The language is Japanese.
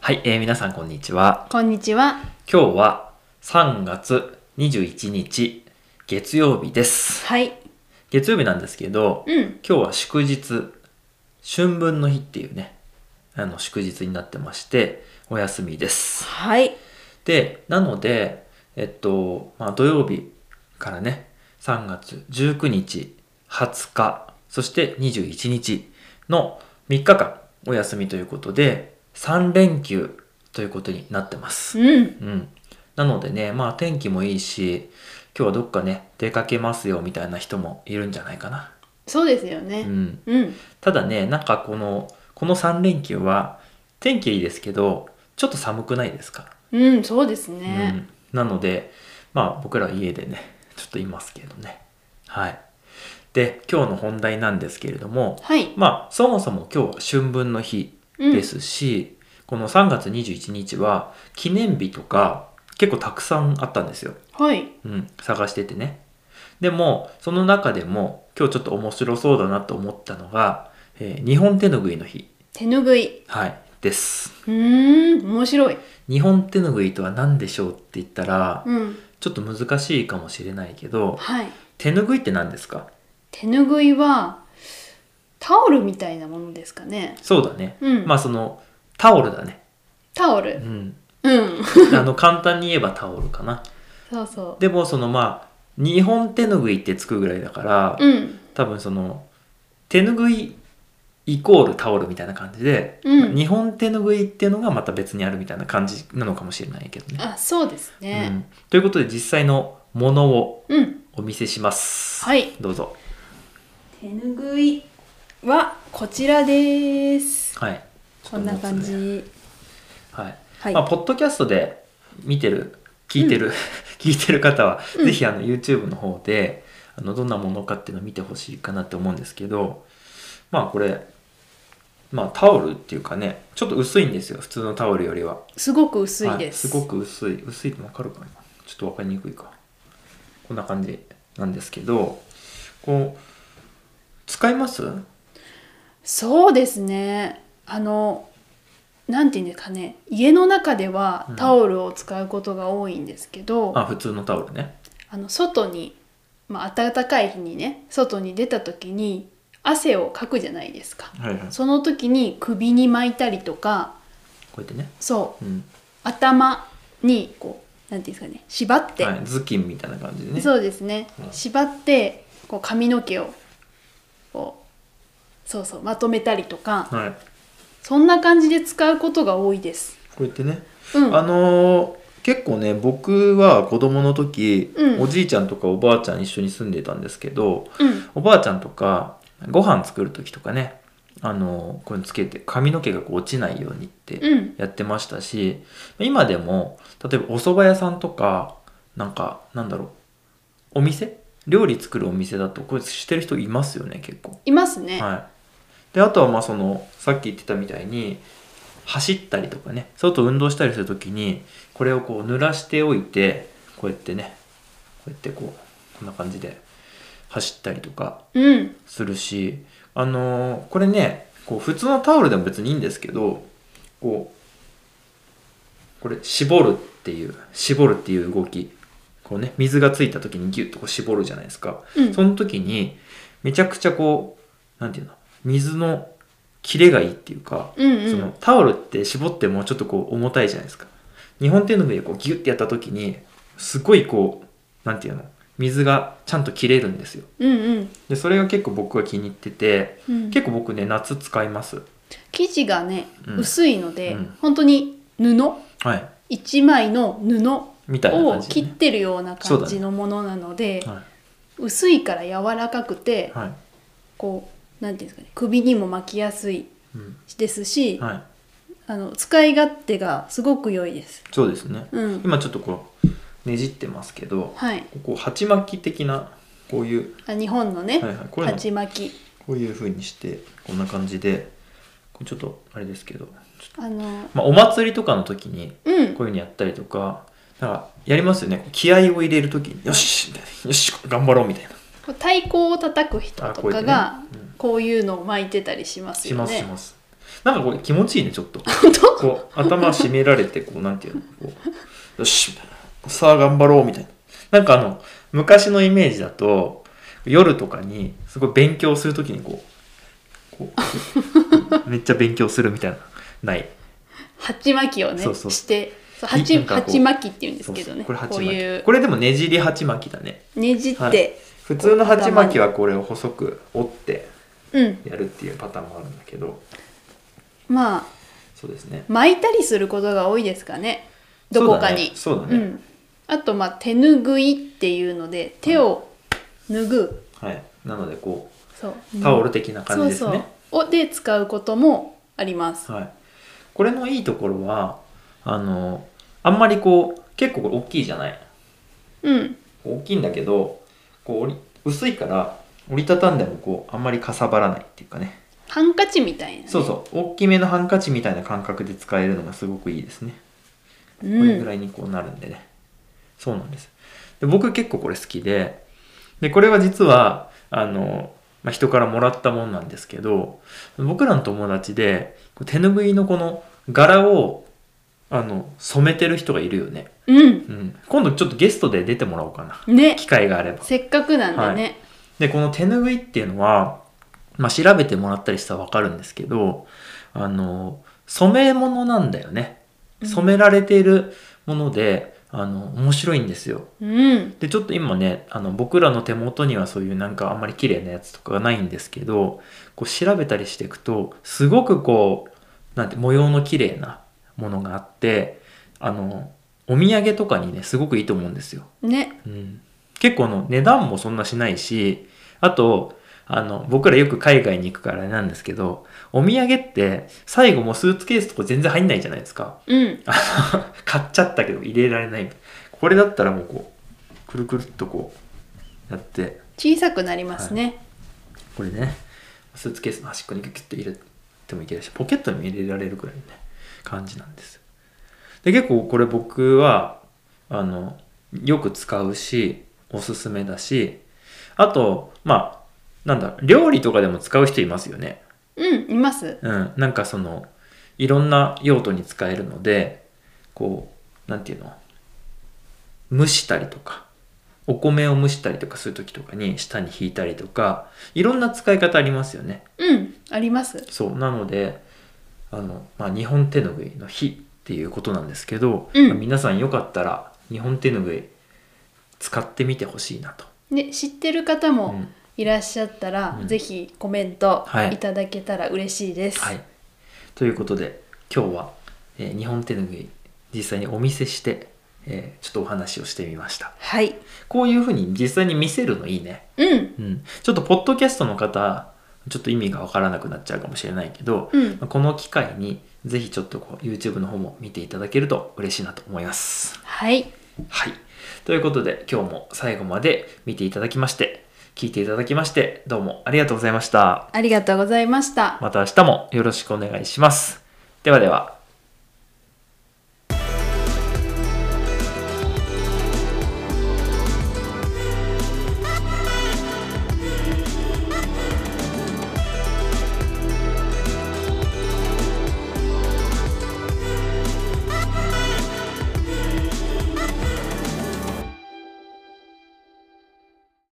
はい、えー皆さんこんにちは。こんにちは。今日は3月21日月曜日です。はい。月曜日なんですけど、うん。今日は祝日、春分の日っていうね、あの祝日になってまして、お休みです。はい。で、なので、えっと、まあ土曜日からね、3月19日、20日、そして21日の3日間お休みということで、3連休ということになってます。うん。うん。なのでね、まあ天気もいいし、今日はどっかね、出かけますよみたいな人もいるんじゃないかな。そうですようね。ん。うん。ただね、なんかこの、この3連休は、天気いいですけど、ちょっと寒くないですかうん、そうですうね。ん。なので、まあ僕らは家でね、ちょっといますけどね。はい。で、今日の本題なんですけれども、はい。まあそもそも今日は春分の日うんですし、この3月21日は記念日とか結構たくさんあったんですよ。はい。うん、探しててね。でも、その中でも、今日ちょっと面白そうだなと思ったのが、えー日本手ぬぐいの日、手ぬぐい。はい、です。うーん。面白い。日本手ぬぐいとは何でしょうって言ったら、うん。ちょっと難しいかもしれないけど、はい。手ぬぐいって何ですか手ぬぐいは。タオルみたいなものですかね。そうだね。うん。まあ、その、タオルだね。タオうル。ん。うん。 あの、簡単に言えばタオルかな。そうそでも、その、まあ、日本手ぬぐいってつくぐらいだから、う。うん。多分その手ぬぐいイコールタオルみたいな感じで、うん日本手ぬぐいっていうのがまた別にあるみたいな感じなのかもしれないけどね。あ、そうですうね。んということで実際のものをうん。お見せします。はいどうぞ。手ぬぐい。は。こちらです。はい。こんな感ちょっと持つね。じ。はい。はいまあ。ポッドキャストで見てる聞いてる、 聞いてる方は、うんぜひあの YouTube の方であのどんなものかっていうのを見てほしいかなって思うんですけどまあこれまあタオルっていうかねちょっと薄いんですよ普通のタオルよりはすごく薄いです。はいすご。く薄い薄いってわかるかなちょっとわかりにくいかこんな感じなんですけどこう使いますそうですねあのなんていうんですかね家の中ではうんタオルを使うことが多いんですけど、あ普通のタオルねあの外に、まあ、暖かい日にね外に出た時に汗をかくじゃないですかはいはいこその時に首に巻いたりとかうやってねそううん頭にこうなんていうんですかね縛って、はい頭巾みたいな感じでねそうですねうん縛ってこう髪の毛をこうそうそうまとめたりとか、はいそんな感じで使うことが多いです。こうやってねうん、あのー結構ね僕は子供の時、うんおじいちゃんとかおばあちゃん一緒に住んでたんですけどうん、おばあちゃんとかご飯作る時とかねあのーこれつけて髪の毛がこう落ちないようにってうん、やってましたし今でも例えばお蕎麦屋さんとかなんかなんだろうお店料理作るお店だとこれしてる人いますよね結構。いますね。はい、であとはまあそのさっき言ってたみたいに走ったりとかね外運動したりする時にこれをこう濡らしておいてこうやってねこうやってこうこんな感じで走ったりとかうん、するしあのーこれねこう普通のタオルでも別にいいんですけどこうこれ絞るっていう絞るっていう動きこうね水がついた時にギュッとこう絞るじゃないですかうん、その時に、めちゃくちゃこう、なんていうの、水の切れがいいっていうか、うん、うん、そのタオルって絞ってもちょっとこう重たいじゃないですか。日本手の上でこうギュッてやった時に、すごいこう、なんていうの、水がちゃんと切れるんですよ。うん、うん、で、それが結構僕が気に入ってて、うん、結構僕ね、夏使います。生地がね、うん薄いので、うん本当に布はい。一枚の布みたいなを感じ切で、っね。てるような感じのものなので、は薄いから柔らかくて、い。はい。こうなんていうんですかね、首にも巻きやすいうん。ですし、はい。あの使い勝手がすごく良いです。そうですね。うん、今ちょっとこう、ねじってますけど、はい、こう、鉢巻き的な、こういう、あ日本のね、はいはい、これの鉢巻き、こういう風にしてこんな感じでこれちょっとあれですけど、ちょっとあの、まあ、お祭りとかの時にうんこ、ういうのやったりとかなんかやりますよね気合を入れる時によしみたいなよし頑張ろうみたいなこう太鼓を叩く人あとこうやかってねがうんこういうのを巻いてたりしますしよますねし。ますなんかこれ気持ちいいね、ちょっと。本当こう、頭締められて、こう、なんていうの、こう、よし、さあ頑張ろう、みたいな。なんかあの、昔のイメージだと、夜とかに、すごい勉強するときにこう、こう、 めっちゃ勉強するみたいな、ない。鉢巻きをねそうそうしてそうい鉢なんかこう鉢巻きって言うんですそうけそどうねこれこ鉢うい巻き。うこれでもねじり鉢巻きだね。ねじって、はい普通の鉢巻きはこれを細く折ってうんやるっていうパターンもあるんだけど、まあそうですね。巻いたりすることが多いですかねどこかにそうだね。うそうだねん、あとまあ手ぬぐいっていうので手を脱ぐ、はい。なので、こそうう、タオル的な感じですね。そうそうをで使うこともあります、はい、これのいいところはあのあんまりこう結構これ大きいじゃないうん大きいんだけどこう折り薄いから折りたたんでもこうあんまりかさばらないっていうかねハンカチみたいなね、そうそう大きめのハンカチみたいな感覚で使えるのがすごくいいですねうこれぐんらいにこうなるんでね、そうなんですで僕結構これ好きででこれは実はあの、まあ、人からもらったもんなんですけど僕らの友達でこう手ぬぐいのこの柄をあの染めてる人がいるよね、うんうん、今度ちょっとゲストで出てもらおうかなね機会があればせっかくなんでね、でこの手ぬぐいっていうのは、まあ、調べてもらったりしたら分かるんですけどあの染め物なんだよねうん染められているもので、あの面白いんですようんでちょっと今ねあの僕らの手元にはそういうなんかあんまり綺麗なやつとかがないんですけどこう調べたりしていくとすごくこうなんて模様の綺麗なものがあってあのお土産とかにねすごくいいと思うんですよねうん、結構あの値段もそんなしないしあとあの僕らよく海外に行くからあれなんですけどお土産って最後もうスーツケースとか全然入んないじゃないですか うんあの買っちゃったけど入れられないこれだったらもうこうくるくるっとこうやって小さくなりますね、これねスーツケースの端っこにギュッと入れてもいけるしポケットにも入れられるくらいのね感じなんですよで結構これ僕はあのよく使うしおすすめだしあとまあなんだ料理とかでも使う人いますよねうんいますうんなんかそのいろんな用途に使えるのでこうなんていうの蒸したりとかお米を蒸したりとかする時とかに下に引いたりとかいろんな使い方ありますよねうんありますそうなのであの、まあ、日本手ぬぐいの日っていうことなんですけど、うんまあ皆さんよかったら日本手ぬぐい使ってみてほしいなと、で知ってる方うもんいらっしゃったら、うんぜひコメントはいいただけたら嬉しいです、はい、ということで今日は、えー日本手ぬぐい実際にお見せして、えーちょっとお話をしてみましたはい、こういうふうに実際に見せるのいいね、うんうん、ちょっとポッドキャストの方ちょっと意味がわからなくなっちゃうかもしれないけど、うんこの機会にぜひちょっとこう YouTube の方も見ていただけると嬉しいなと思いますはいはい。ということで、今日も最後まで見ていただきまして、聞いていただきまして、どうもありがとうございました。ありがとうございましたまた明日もよろしくお願いします。ではでは。